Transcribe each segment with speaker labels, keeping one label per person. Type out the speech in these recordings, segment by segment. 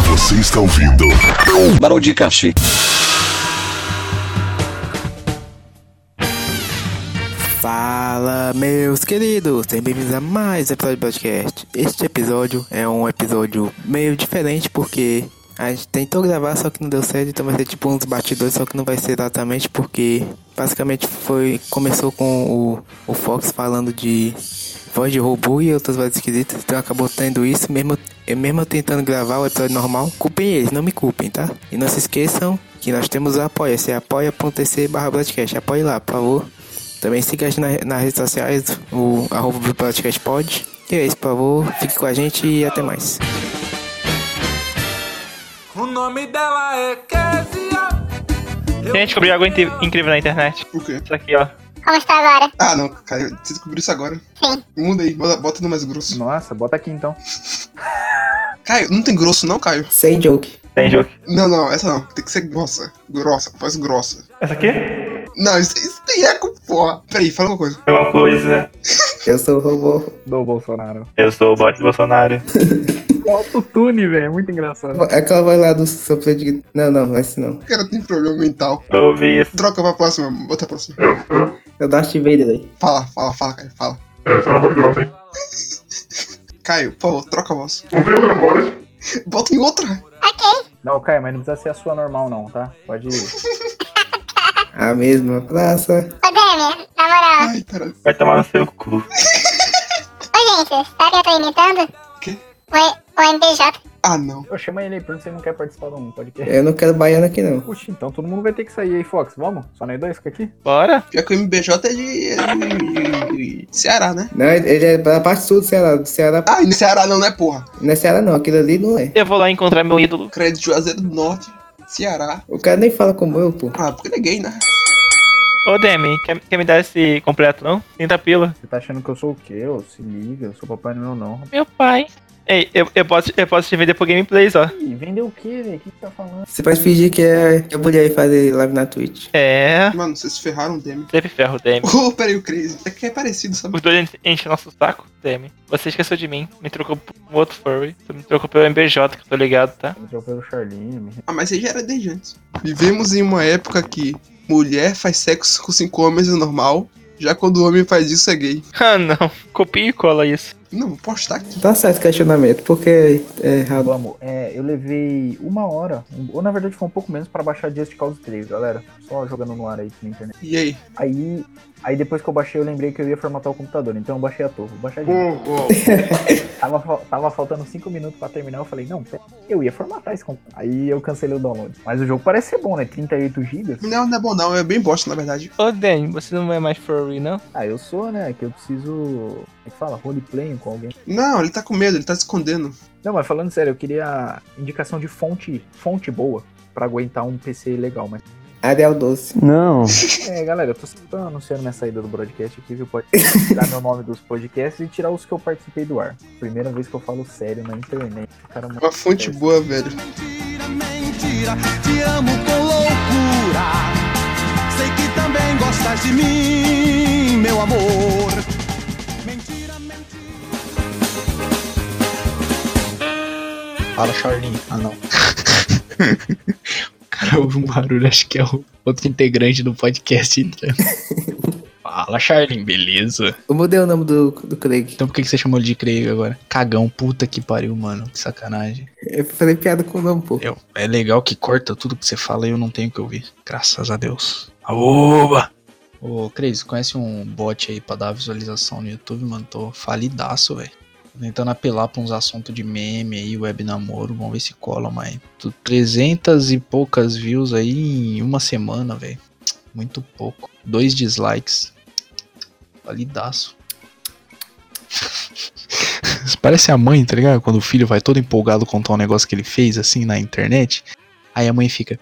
Speaker 1: Você está ouvindo
Speaker 2: Barão de Cachê.
Speaker 3: Fala, meus queridos! Sejam bem-vindos a mais um episódio do podcast. Este episódio é um episódio meio diferente porque a gente tentou gravar, só que não deu certo, então vai ser tipo uns batidores, só que não vai ser exatamente porque basicamente foi começou com o, o Fox falando de voz de robô e outras vozes esquisitas, então acabou tendo isso, mesmo eu mesmo eu tentando gravar o episódio normal. Culpem eles, não me culpem, tá? E não se esqueçam que nós temos o apoia-se, apoia.tc barra podcast, apoie lá, por favor. Também siga a gente na- nas redes sociais, o arroba do podcast pod. E é isso, por favor, fique com a gente e até mais.
Speaker 4: O nome dela é Kézia. Eu
Speaker 5: Gente, descobri algo inti- incrível na internet.
Speaker 6: O quê?
Speaker 5: Isso aqui, ó.
Speaker 7: Como está agora?
Speaker 6: Ah, não, cara, você descobriu isso agora.
Speaker 7: Sim.
Speaker 6: Muda aí, bota, bota no mais grosso.
Speaker 8: Nossa, bota aqui então.
Speaker 6: Caio, não tem grosso não, Caio?
Speaker 3: Sem joke.
Speaker 5: Tem jogo.
Speaker 6: Não, não, essa não. Tem que ser grossa. Grossa, voz grossa.
Speaker 5: Essa aqui?
Speaker 6: Não, isso, isso tem eco, porra. Peraí, fala uma coisa.
Speaker 5: É uma coisa.
Speaker 3: Eu sou o robô.
Speaker 8: Do Bolsonaro.
Speaker 5: Eu sou o bot Bolsonaro.
Speaker 8: Autotune, velho. Muito engraçado.
Speaker 3: É Aquela voz lá do sopro de... Não, não, esse não.
Speaker 6: O cara tem problema mental.
Speaker 5: Ouvi isso.
Speaker 6: Troca pra próxima, bota a próxima.
Speaker 3: Eu É Darth Vader aí.
Speaker 6: Fala, fala, fala, Caio, fala.
Speaker 5: É,
Speaker 6: Caio, por favor, troca a voz. Bota em outra.
Speaker 8: Não, Caio, mas não precisa ser a sua normal, não, tá? Pode ir.
Speaker 3: A mesma praça.
Speaker 7: Ô, Demi, na moral.
Speaker 6: Ai, pera.
Speaker 5: Vai tomar no seu cu.
Speaker 7: Ô, gente, sabe quem eu tô imitando?
Speaker 6: Quê?
Speaker 7: O, E- o MBJ.
Speaker 6: Ah, não.
Speaker 8: Eu chamo ele aí, pergunto se ele não quer participar do um podcast.
Speaker 3: Eu não quero baiana aqui não.
Speaker 8: Puxa, então todo mundo vai ter que sair aí, Fox. Vamos? Só nós dois, fica aqui?
Speaker 5: Bora?
Speaker 6: Pior que o MBJ é de, é de- de Ceará, né?
Speaker 3: Não, ele é pra parte sul do Ceará. Do Ceará...
Speaker 6: Ah, e no Ceará não, né, porra?
Speaker 3: Não é Ceará não, aquilo ali não é.
Speaker 5: Eu vou lá encontrar meu ídolo.
Speaker 6: Crédito Juazeiro do Norte, Ceará.
Speaker 3: O cara nem fala como eu, pô.
Speaker 6: Ah, porque ele é gay, né?
Speaker 5: Ô, Demi, quer, quer me dar esse completo, não? 30 pila.
Speaker 8: Você tá achando que eu sou o quê? Ô, se liga, eu sou papai Noel, não.
Speaker 5: Meu pai. Ei, eu, eu, posso, eu posso te vender por gameplays, ó.
Speaker 8: Ih, vendeu o quê, velho? O que que tá falando?
Speaker 3: Você pode fingir que é que eu podia ir fazer live na Twitch.
Speaker 5: É.
Speaker 6: Mano, vocês ferraram o Demi.
Speaker 5: Sempre ferro, Demi.
Speaker 6: Ô, peraí, o Crazy. É que é parecido, sabe?
Speaker 5: Os dois enchem enchem nosso saco, Demi. Você esqueceu de mim. Me trocou por um outro furry. Tu me trocou pelo MBJ, que eu tô ligado, tá?
Speaker 8: Entrou pelo Charlinho. me-
Speaker 6: Ah, mas você já era desde antes. Vivemos em uma época que mulher faz sexo com cinco homens é normal, já quando o homem faz isso é gay.
Speaker 5: Ah, não. Copia e cola isso.
Speaker 6: Não, vou postar aqui.
Speaker 3: Tá certo o questionamento, porque é errado.
Speaker 8: Meu amor, é, eu levei uma hora, ou na verdade foi um pouco menos, pra baixar Just Cause 3, galera. Só jogando no ar aí na internet.
Speaker 6: E aí?
Speaker 8: Aí, aí depois que eu baixei, eu lembrei que eu ia formatar o computador, então eu baixei a torre. Vou baixar de novo. Tava, fal- tava faltando 5 minutos pra terminar, eu falei, não, pera, eu ia formatar esse computador. Aí eu cancelei o download. Mas o jogo parece ser bom, né? 38 GB?
Speaker 6: Não, não é bom não, é bem bosta, na verdade.
Speaker 5: Ô, Demi, você não é mais furry, não?
Speaker 8: Ah, eu sou, né? Que eu preciso. Como é que fala? Roleplay com alguém.
Speaker 6: Não, ele tá com medo, ele tá se escondendo.
Speaker 8: Não, mas falando sério, eu queria indicação de fonte, fonte boa pra aguentar um PC legal, mas.
Speaker 3: Arial 12.
Speaker 9: Não.
Speaker 8: É, galera, eu tô, tô anunciando minha saída do broadcast aqui, viu? Pode tirar meu nome dos podcasts e tirar os que eu participei do ar. Primeira vez que eu falo sério na internet. O cara é
Speaker 6: É Uma fonte boa, velho.
Speaker 4: Mentira, mentira, te amo com loucura. Sei que também gostas de mim, meu amor. Mentira, mentira.
Speaker 6: Fala, Charlinho. Ah, não.
Speaker 10: Cara, houve um barulho, acho que é o outro integrante do podcast entrando. Fala, Charlin, beleza?
Speaker 3: Eu mudei o nome do, do Craig.
Speaker 10: Então por que que você chamou ele de Craig agora? Cagão, puta que pariu, mano. Que sacanagem.
Speaker 3: Eu falei piada com o nome, pô.
Speaker 10: Eu, é legal que corta tudo que você fala e eu não tenho o que ouvir. Graças a Deus. Aoba! Ô, Cris, conhece um bot aí pra dar visualização no YouTube, mano? Tô falidaço, velho. Tentando apelar pra uns assuntos de meme aí, web namoro, vamos ver se cola, mas... tu- 300 e poucas views aí em uma semana, velho. Muito pouco. Dois dislikes. Falidaço. Parece a mãe, tá ligado? Quando o filho vai todo empolgado contar um negócio que ele fez assim na internet. Aí a mãe fica: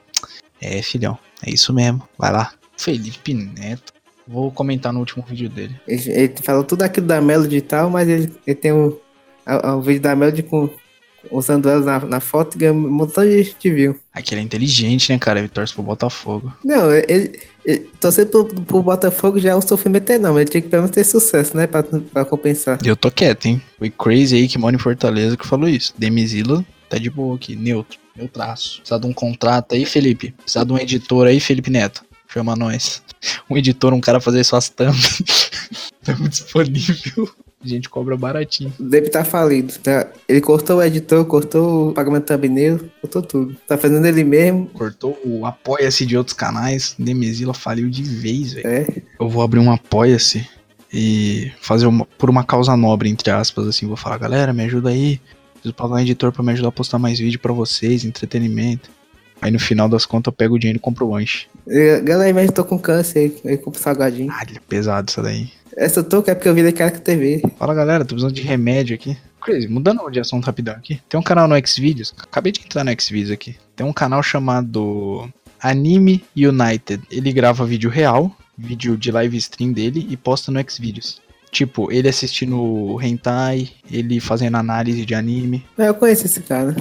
Speaker 10: É, filhão, é isso mesmo, vai lá. Felipe Neto. Vou comentar no último vídeo dele.
Speaker 3: Ele, ele falou tudo aquilo da Melody e tal, mas ele, ele tem o, a- a- o vídeo da Melody com, usando ela na, na foto e ganhou um montão de gente que viu.
Speaker 10: Aquele é inteligente, né, cara? Ele torce pro Botafogo.
Speaker 3: Não, ele, ele, torcer pro, pro Botafogo já é um sofrimento enorme. Ele tinha que pelo menos ter sucesso, né? Pra, pra compensar.
Speaker 10: E eu tô quieto, hein? Foi Crazy aí que mora em Fortaleza que falou isso. Demizila tá de boa aqui, neutro.
Speaker 8: Eu traço. Precisa de um contrato aí, Felipe. Precisa de um editor aí, Felipe Neto. Chama nós. Um editor, um cara fazer suas thumbs. Estamos disponível. A gente cobra baratinho.
Speaker 3: O Dep tá falido. tá? Ele cortou o editor, cortou o pagamento thumbnail, cortou tudo. Tá fazendo ele mesmo.
Speaker 8: Cortou o apoia-se de outros canais. Demesila faliu de vez, velho.
Speaker 3: É.
Speaker 8: Eu vou abrir um apoia-se e fazer uma- por uma causa nobre, entre aspas, assim. Vou falar, galera, me ajuda aí. Preciso pagar um editor pra me ajudar a postar mais vídeo pra vocês, entretenimento. Aí no final das contas eu pego o dinheiro e compro o lanche.
Speaker 3: Eu- Galera, mas eu tô com câncer, aí compro salgadinho.
Speaker 8: Caralho, pesado isso daí.
Speaker 3: Essa touca é porque eu vi cara com TV.
Speaker 8: Fala galera, tô precisando de remédio aqui. Crazy, mudando de assunto rapidão aqui. Tem um canal no Xvideos, acabei de entrar no Xvideos aqui. Tem um canal chamado Anime United. Ele grava vídeo real, vídeo de live stream dele e posta no Xvideos. Tipo, ele assistindo hentai, ele fazendo análise de anime.
Speaker 3: Mas É, eu conheço esse cara.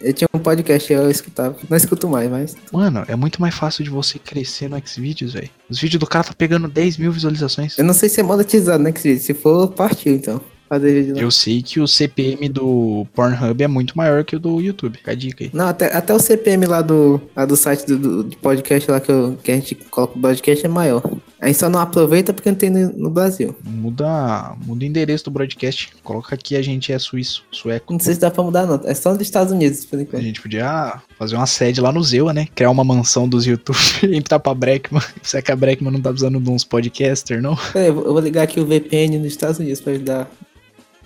Speaker 3: Eu tinha um podcast, eu escutava. Não escuto mais, mas.
Speaker 8: Mano, é muito mais fácil de você crescer no Xvideos, velho. Os vídeos do cara tá pegando 10 mil visualizações.
Speaker 3: Eu não sei se é monetizado, né, Xvideos? Se for, partiu então. Fazer vídeo lá.
Speaker 8: Eu sei que o CPM do Pornhub é muito maior que o do YouTube. Fica a dica aí.
Speaker 3: Não, até, até o CPM lá do, lá do site do, do- de podcast lá que, eu- que a gente coloca o podcast é maior. A gente só não aproveita porque não tem no, no Brasil.
Speaker 8: Muda, muda o endereço do broadcast. Coloca aqui a gente é suíço, sueco.
Speaker 3: Não sei se dá pra mudar, não. É só dos Estados Unidos, por
Speaker 8: A
Speaker 3: enquanto.
Speaker 8: gente podia ah, fazer uma sede lá no Zewa, né? Criar uma mansão dos YouTube e entrar pra Breckman. Será que a Breckman não tá precisando de uns podcaster, não?
Speaker 3: Pera aí, eu vou eu vou ligar aqui o VPN nos Estados Unidos pra ajudar.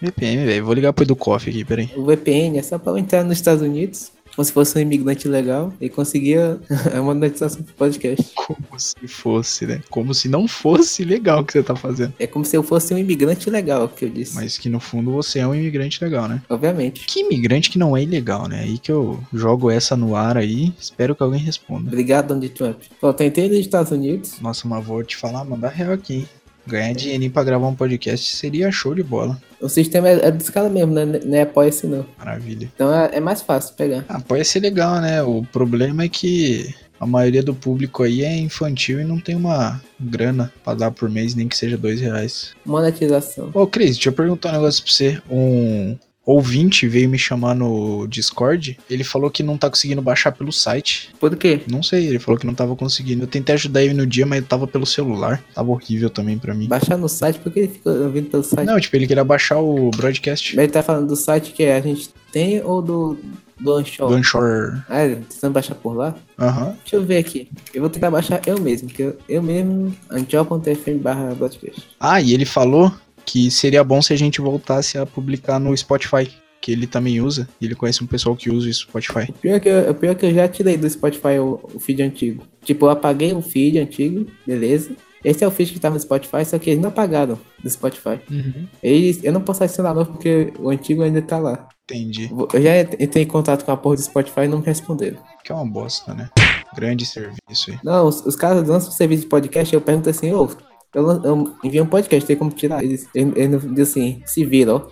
Speaker 8: VPN, velho. Vou ligar pro Edu Coffee aqui, peraí.
Speaker 3: O VPN é só pra eu entrar nos Estados Unidos, como se fosse um imigrante legal, e conseguir a, a monetização do podcast.
Speaker 8: Como se fosse, né? Como se não fosse legal o que você tá fazendo.
Speaker 3: É como se eu fosse um imigrante legal, que eu disse.
Speaker 8: Mas que no fundo você é um imigrante legal, né?
Speaker 3: Obviamente.
Speaker 8: Que imigrante que não é ilegal, né? Aí que eu jogo essa no ar aí. Espero que alguém responda.
Speaker 3: Obrigado, Donald Trump. Pô, tentei nos Estados Unidos.
Speaker 8: Nossa, mas vou te falar, mandar real aqui, hein? Ganhar dinheirinho pra gravar um podcast seria show de bola.
Speaker 3: O sistema é, é dos caras mesmo, né? Não é apoia-se, não.
Speaker 8: Maravilha.
Speaker 3: Então é, é mais fácil pegar.
Speaker 8: Ah, pode ser legal, né? O problema é que a maioria do público aí é infantil e não tem uma grana pra dar por mês, nem que seja dois reais.
Speaker 3: Monetização.
Speaker 8: Ô, Cris, deixa eu perguntar um negócio pra você. Um ouvinte veio me chamar no Discord. Ele falou que não tá conseguindo baixar pelo site.
Speaker 3: Por quê?
Speaker 8: Não sei, ele falou que não tava conseguindo. Eu tentei ajudar ele no dia, mas tava pelo celular. Tava horrível também pra mim.
Speaker 3: Baixar no site, por que ele fica ouvindo pelo site?
Speaker 8: Não, tipo, ele queria baixar o broadcast.
Speaker 3: Mas ele tá falando do site que a gente tem ou do, do Anchor?
Speaker 8: Do Anchor.
Speaker 3: Ah, ele tá tentando baixar por lá?
Speaker 8: Aham.
Speaker 3: Deixa eu ver aqui. Eu vou tentar baixar eu mesmo, que eu, eu mesmo, anchor.fm barra podcast.
Speaker 8: Ah, e ele falou que seria bom se a gente voltasse a publicar no Spotify, que ele também usa, e ele conhece um pessoal que usa o Spotify.
Speaker 3: Pior que eu, pior que eu já tirei do Spotify o, o feed antigo. Tipo, eu apaguei o feed antigo, beleza? Esse é o feed que tava no Spotify, só que eles não apagaram do Spotify. Eles, eu não posso adicionar novo porque o antigo ainda tá lá.
Speaker 8: Entendi.
Speaker 3: Eu já entrei em contato com a porra do Spotify e não me responderam.
Speaker 8: Que é uma bosta, né? Grande serviço aí.
Speaker 3: Não, os, os caras lançam um serviço de podcast e eu pergunto assim, ô, eu, lan- eu enviei um podcast, tem como tirar? Eles, eles, eles dizem assim, se vira, ó.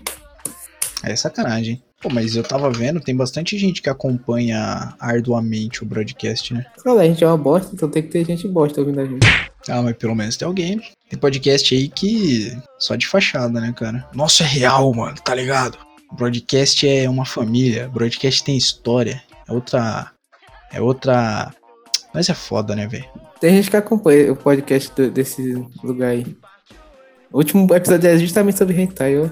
Speaker 8: É sacanagem. hein? Pô, mas eu tava vendo, tem bastante gente que acompanha arduamente o broadcast, né?
Speaker 3: Cara, a gente é uma bosta, então tem que ter gente bosta ouvindo a gente.
Speaker 8: Ah, mas pelo menos tem alguém. Tem podcast aí que. Só de fachada, né, cara? Nossa, é real, mano, tá ligado? Broadcast é uma família. Broadcast tem história. É outra. É outra. Mas é foda, né, velho?
Speaker 3: Tem gente que acompanha o podcast do- desse lugar aí. O último episódio é justamente sobre hentai, ó.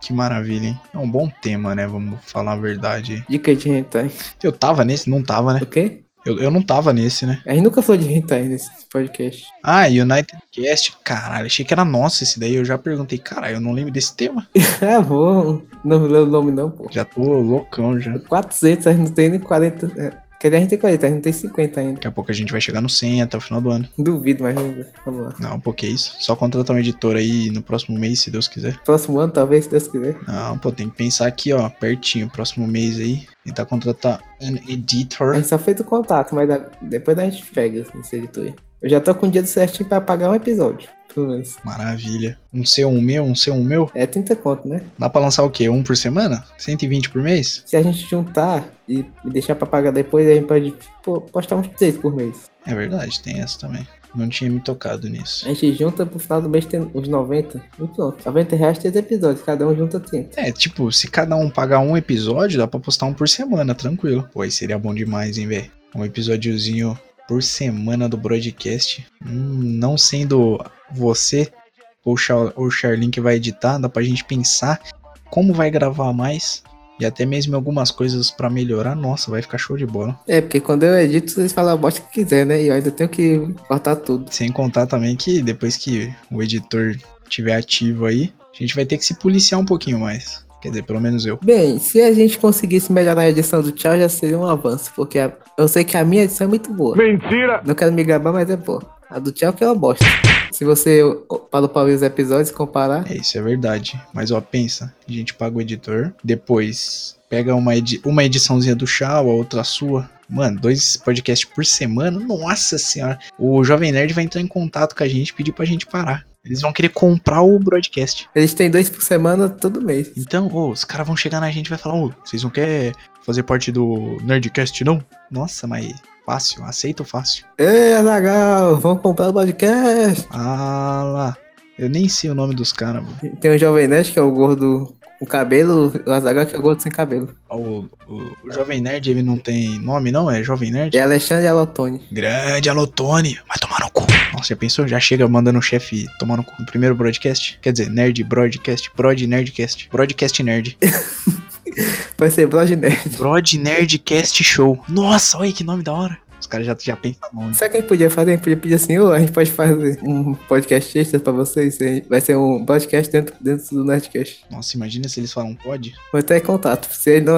Speaker 8: Que maravilha, hein? É um bom tema, né? Vamos falar a verdade.
Speaker 3: Dica de hentai.
Speaker 8: Eu tava nesse? Não tava, né?
Speaker 3: O quê?
Speaker 8: Eu, eu não tava nesse, né?
Speaker 3: A gente nunca falou de hentai nesse podcast.
Speaker 8: Ah, United Cast. Caralho, achei que era nosso esse daí. Eu já perguntei, caralho, eu não lembro desse tema.
Speaker 3: ah, bom. Não lembro o nome não, pô.
Speaker 8: Já tô loucão já.
Speaker 3: 400, a gente não tem nem 40. é, Quer dizer, a gente tem 40, a gente tem 50 ainda.
Speaker 8: Daqui a pouco a gente vai chegar no 100 até o final do ano.
Speaker 3: Duvido, mas vamos ver. Vamos lá.
Speaker 8: Não, pô, que isso. Só contratar um editor aí no próximo mês, se Deus quiser.
Speaker 3: Próximo ano, talvez, se Deus quiser.
Speaker 8: Não, pô, tem que pensar aqui, ó, pertinho, próximo mês aí. Tentar contratar um
Speaker 3: A
Speaker 8: editor.
Speaker 3: gente só fez o contato, mas da- depois a gente pega assim, esse editor aí. Eu já tô com o dia do certinho pra pagar um episódio, pelo menos.
Speaker 8: Maravilha. Um seu, um meu, um seu, um meu.
Speaker 3: É 30 conto, né?
Speaker 8: Dá pra lançar o quê? Um por semana? 120 por mês?
Speaker 3: Se a gente juntar e e deixar pra pagar depois, a gente pode pô, postar uns 3 por mês.
Speaker 8: É verdade, tem essa também. Não tinha me tocado
Speaker 3: A
Speaker 8: nisso.
Speaker 3: gente junta pro final do mês tem uns 90. E pronto. 90 reais, 3 episódios. Cada um junta 30.
Speaker 8: É, tipo, se cada um pagar um episódio, dá pra postar um por semana, tranquilo. Pô, aí seria bom demais, hein, velho? Um episódiozinho por semana do broadcast. Hum, não sendo você ou o Char- ou o Charlin que vai editar, dá pra gente pensar como vai gravar mais e até mesmo algumas coisas pra melhorar. Nossa, vai ficar show de bola.
Speaker 3: É, porque quando eu edito, vocês falam a bosta que quiser, né? E eu ainda tenho que cortar tudo.
Speaker 8: Sem contar também que depois que o editor tiver ativo aí, a gente vai ter que se policiar um pouquinho mais. Quer dizer, pelo menos eu.
Speaker 3: Bem, se a gente conseguisse melhorar a edição do tchau, já seria um avanço, porque a- eu sei que a minha edição é muito boa. Mentira! Não quero me gabar, mas é boa. A do tchau que é uma bosta. Se você ó, para para os episódios e comparar,
Speaker 8: É, isso é verdade. Mas ó, pensa, a gente paga o editor, depois pega uma, edi uma ediçãozinha do Chau, a outra sua. Mano, dois podcasts por semana, nossa senhora. O Jovem Nerd vai entrar em contato com a gente, pedir pra gente parar. Eles vão querer comprar o broadcast.
Speaker 3: eles têm dois por semana todo mês.
Speaker 8: Então, ô, os caras vão chegar na gente e vai falar, ô, vocês não querem fazer parte do Nerdcast, não? Nossa, mas fácil, aceito fácil.
Speaker 3: Ei, Azagal, vamos comprar o podcast!
Speaker 8: Ah lá, eu nem sei o nome dos caras, mano.
Speaker 3: Tem o Jovem Nerd, que é o gordo com cabelo, o Azagal, que é o gordo sem cabelo.
Speaker 8: O, o- o Jovem Nerd, ele não tem nome, não? É Jovem Nerd?
Speaker 3: E Alexandre Alotone.
Speaker 8: Grande Alotone, vai tomar no cu. Nossa, já pensou? Já chega mandando o chefe tomar no cu no primeiro broadcast? Quer dizer, nerd, broadcast, broad, nerdcast, broadcast nerd.
Speaker 3: Vai ser Brod Nerd.
Speaker 8: Broad, nerdcast show. Nossa, olha que nome da hora. Os caras já, já pensam longe.
Speaker 3: Sabe o que a gente podia fazer? A gente podia pedir assim, ô, a gente pode fazer um podcast extra pra vocês. Vai ser um podcast dentro, dentro do Nerdcast.
Speaker 8: Nossa, imagina se eles falam pode.
Speaker 3: Vou entrar em contato. Se eles não,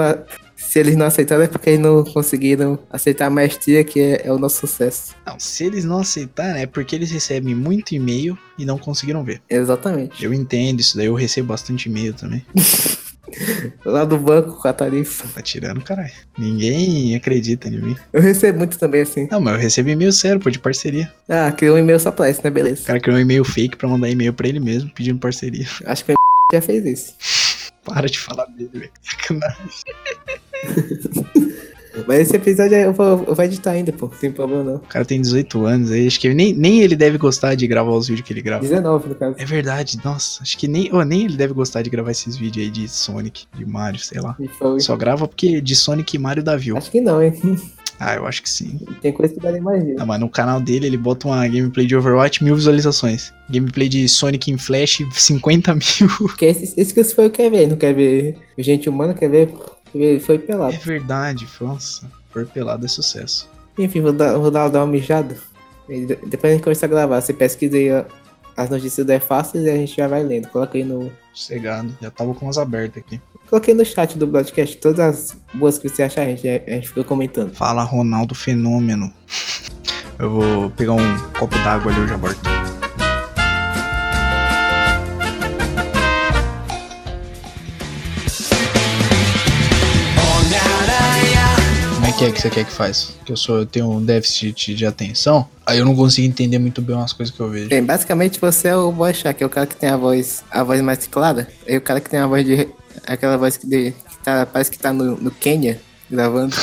Speaker 3: se eles não aceitaram, é porque eles não conseguiram aceitar a maestria, que é, é o nosso sucesso.
Speaker 8: Não, se eles não aceitarem é porque eles recebem muito e-mail e não conseguiram ver.
Speaker 3: Exatamente.
Speaker 8: Eu entendo isso daí, eu recebo bastante e-mail também.
Speaker 3: Lá do banco com a tarifa.
Speaker 8: Tá tirando, caralho. Ninguém acredita em mim.
Speaker 3: Eu recebo muito também assim.
Speaker 8: Não, mas eu recebo e-mail sério, pô, de parceria.
Speaker 3: Ah, criou um e-mail só pra isso, né?
Speaker 8: O
Speaker 3: Beleza.
Speaker 8: cara criou um e-mail fake pra mandar e-mail pra ele mesmo pedindo parceria.
Speaker 3: Acho que o já fez isso.
Speaker 8: Para de falar dele, velho. Sacanagem.
Speaker 3: Mas esse episódio é, eu vou, eu vou editar ainda, pô. Sem problema não.
Speaker 8: O cara tem 18 anos aí, acho que nem, nem ele deve gostar de gravar os vídeos que ele grava.
Speaker 3: 19, no caso.
Speaker 8: É verdade, nossa, acho que nem, ô, nem ele deve gostar de gravar esses vídeos aí de Sonic, de Mario, sei lá.
Speaker 3: E foi.
Speaker 8: Só grava porque de Sonic e Mario dá view.
Speaker 3: Acho que não, hein?
Speaker 8: Ah, eu acho que sim.
Speaker 3: Tem coisa que dá nem imagina.
Speaker 8: Ah, mas no canal dele ele bota uma gameplay de Overwatch, mil visualizações. Gameplay de Sonic em Flash, 50 mil.
Speaker 3: Porque esse, esse que foi eu quer ver. Não quer ver gente humana, quer ver. quer ver- Foi pelado.
Speaker 8: É verdade, nossa. Por pelado é sucesso.
Speaker 3: Enfim, vou dar, vou dar, dar uma mijada. E de- depois a gente começa a gravar. Você pesquisa aí ó, as notícias do É Fácil e a gente já vai lendo. Coloquei no.
Speaker 8: Sossegado. Já tava com as abertas aqui.
Speaker 3: Coloquei no chat do broadcast todas as boas que você achar, a gente, a gente fica comentando.
Speaker 8: Fala Ronaldo Fenômeno. Eu vou pegar um copo d'água ali, eu já volto. Como é que é que você quer que faz? Que eu sou, eu tenho um déficit de atenção, aí eu não consigo entender muito bem umas coisas que eu vejo.
Speaker 3: Bem, basicamente você é o Boy Shark, é o cara que tem a voz, a voz mais clara. É o cara que tem a voz de. aquela voz que, de, que tá, parece que tá no, no Quênia gravando.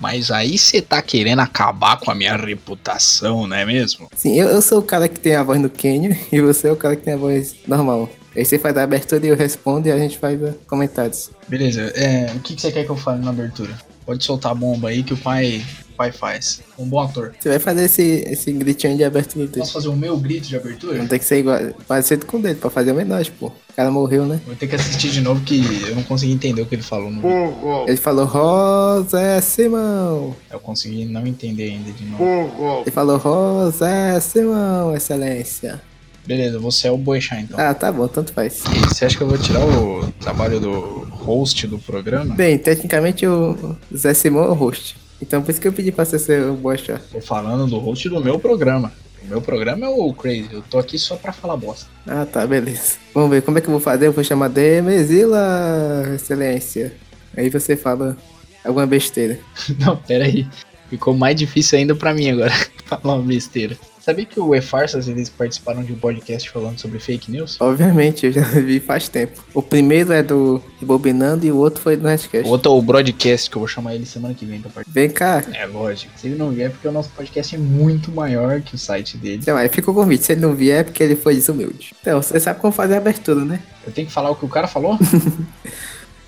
Speaker 8: Mas aí você tá querendo acabar com a minha reputação, não é mesmo?
Speaker 3: Sim, eu, eu sou o cara que tem a voz no Quênia e você é o cara que tem a voz normal. Aí você faz a abertura e eu respondo e a gente faz ó, comentários.
Speaker 8: Beleza, é, o que, que você quer que eu fale na abertura? Pode soltar a bomba aí que o pai, o pai faz. Um bom ator.
Speaker 3: Você vai fazer esse, esse gritinho de abertura do
Speaker 8: Posso fazer o meu grito de abertura?
Speaker 3: Não tem que ser igual, parecido com o dele, pra fazer homenagem, pô. O cara morreu, né?
Speaker 8: Vou ter que assistir de novo que eu não consegui entender o que ele falou. No... vídeo.
Speaker 3: Ele falou Rosa é Simão.
Speaker 8: Eu consegui não entender ainda de novo.
Speaker 3: Ele falou Rosa é Simão, excelência.
Speaker 8: Beleza, você é o Boixá então.
Speaker 3: Ah, tá bom, tanto faz.
Speaker 8: E você acha que eu vou tirar o trabalho do host do programa?
Speaker 3: Bem, tecnicamente o Zé Simão é o host. Então por isso que eu pedi pra você ser o bocha.
Speaker 8: Tô falando do host do meu programa. O meu programa é o Crazy, eu tô aqui só pra falar bosta.
Speaker 3: Ah, tá, beleza. Vamos ver, como é que eu vou fazer? Eu vou chamar Demesila, excelência. Aí você fala alguma besteira.
Speaker 8: Não, pera aí. Ficou mais difícil ainda pra mim agora falar uma besteira. Sabia que o E-Farsas, eles participaram de um podcast falando sobre fake news?
Speaker 3: Obviamente, eu já vi faz tempo. O primeiro é do Rebobinando e o outro foi do Nerdcast.
Speaker 8: O outro é o Broadcast, que eu vou chamar ele semana que vem pra participar.
Speaker 3: Vem cá.
Speaker 8: É lógico. Se ele não vier, é porque o nosso podcast é muito maior que o site dele.
Speaker 3: Então, aí fica o convite. Se ele não vier, é porque ele foi desumilde. Então, você sabe como fazer a abertura, né?
Speaker 8: Eu tenho que falar o que o cara falou?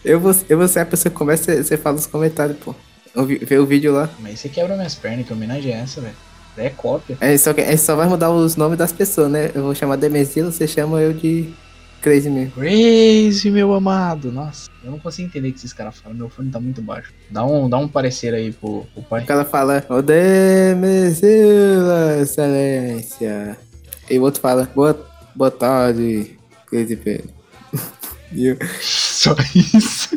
Speaker 3: Eu vou, eu vou ser a pessoa que começa, você- você fala os comentários, pô. Eu vi- Vê o vídeo lá.
Speaker 8: Mas você quebra minhas pernas, que homenagem é essa, velho? É cópia.
Speaker 3: É só, que- é só vai mudar os nomes das pessoas, né? Eu vou chamar Demenzila, você chama eu de Crazy mesmo.
Speaker 8: Crazy, meu amado. Nossa, eu não consigo entender o que esses caras falam. Meu fone tá muito baixo. Dá um, dá um parecer aí pro, pro pai.
Speaker 3: O cara É fala, ô Demenzila, excelência. E o outro fala, boa, boa tarde, Crazy Pedro. E eu-
Speaker 8: Só isso.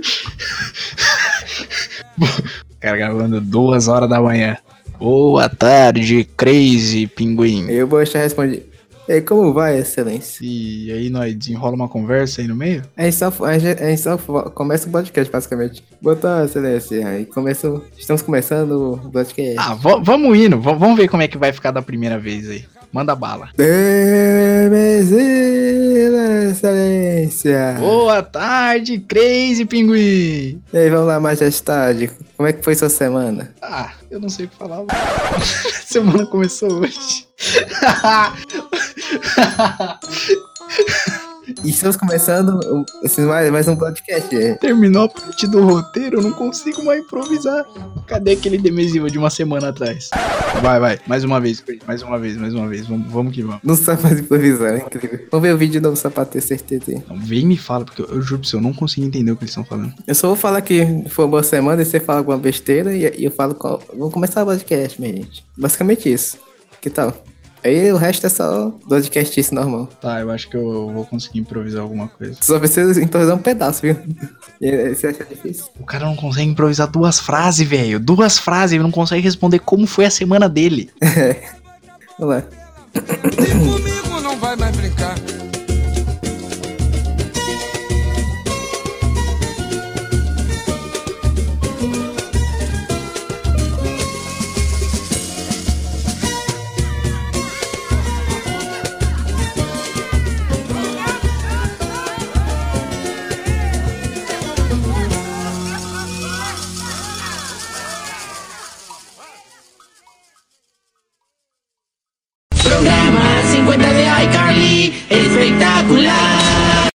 Speaker 8: o cara gravando duas horas da manhã. Boa tarde, Crazy Pinguim.
Speaker 3: eu vou já responder. E como vai, excelência?
Speaker 8: E aí nós desenrola uma conversa aí no meio?
Speaker 3: Aí só, a gente- a gente só começa o podcast, basicamente. Boa tarde, excelência. Aí começa, o- estamos começando o podcast.
Speaker 8: Ah, va- vamos indo. va- vamos ver como é que vai ficar da primeira vez aí. Manda bala.
Speaker 3: Demezila, excelência.
Speaker 8: Boa tarde, Crazy Pinguim.
Speaker 3: E aí, vamos lá, majestade. Como é que foi sua semana?
Speaker 8: Ah, eu não sei o que falar. Semana começou hoje.
Speaker 3: E estamos começando o- esse mais, mais um podcast. é.
Speaker 8: Terminou a parte do roteiro, eu não consigo mais improvisar. Cadê aquele demesivo de uma semana atrás? Vai, vai. Mais uma vez, Crazy. Mais uma vez, mais uma vez. Vamos, vamos que vamos.
Speaker 3: Não sabe mais improvisar, é incrível. Vamos ver o vídeo de novo só pra ter certeza.
Speaker 8: Não, vem e me fala, porque eu, eu juro pra você, eu não consigo entender o que eles estão falando.
Speaker 3: Eu só vou falar que foi uma boa semana e você fala alguma besteira e, e eu falo qual. Vamos começar o podcast, minha gente. Basicamente isso. Que tal? Aí o resto é só podcast isso normal.
Speaker 8: Tá, eu acho que eu vou conseguir improvisar alguma coisa.
Speaker 3: Só precisa improvisar um pedaço, viu? E, e, você acha difícil?
Speaker 8: O cara não consegue improvisar duas frases, velho. Duas frases, ele não consegue responder como foi a semana dele.
Speaker 3: Vamos lá.
Speaker 4: E comigo não vai mais brincar.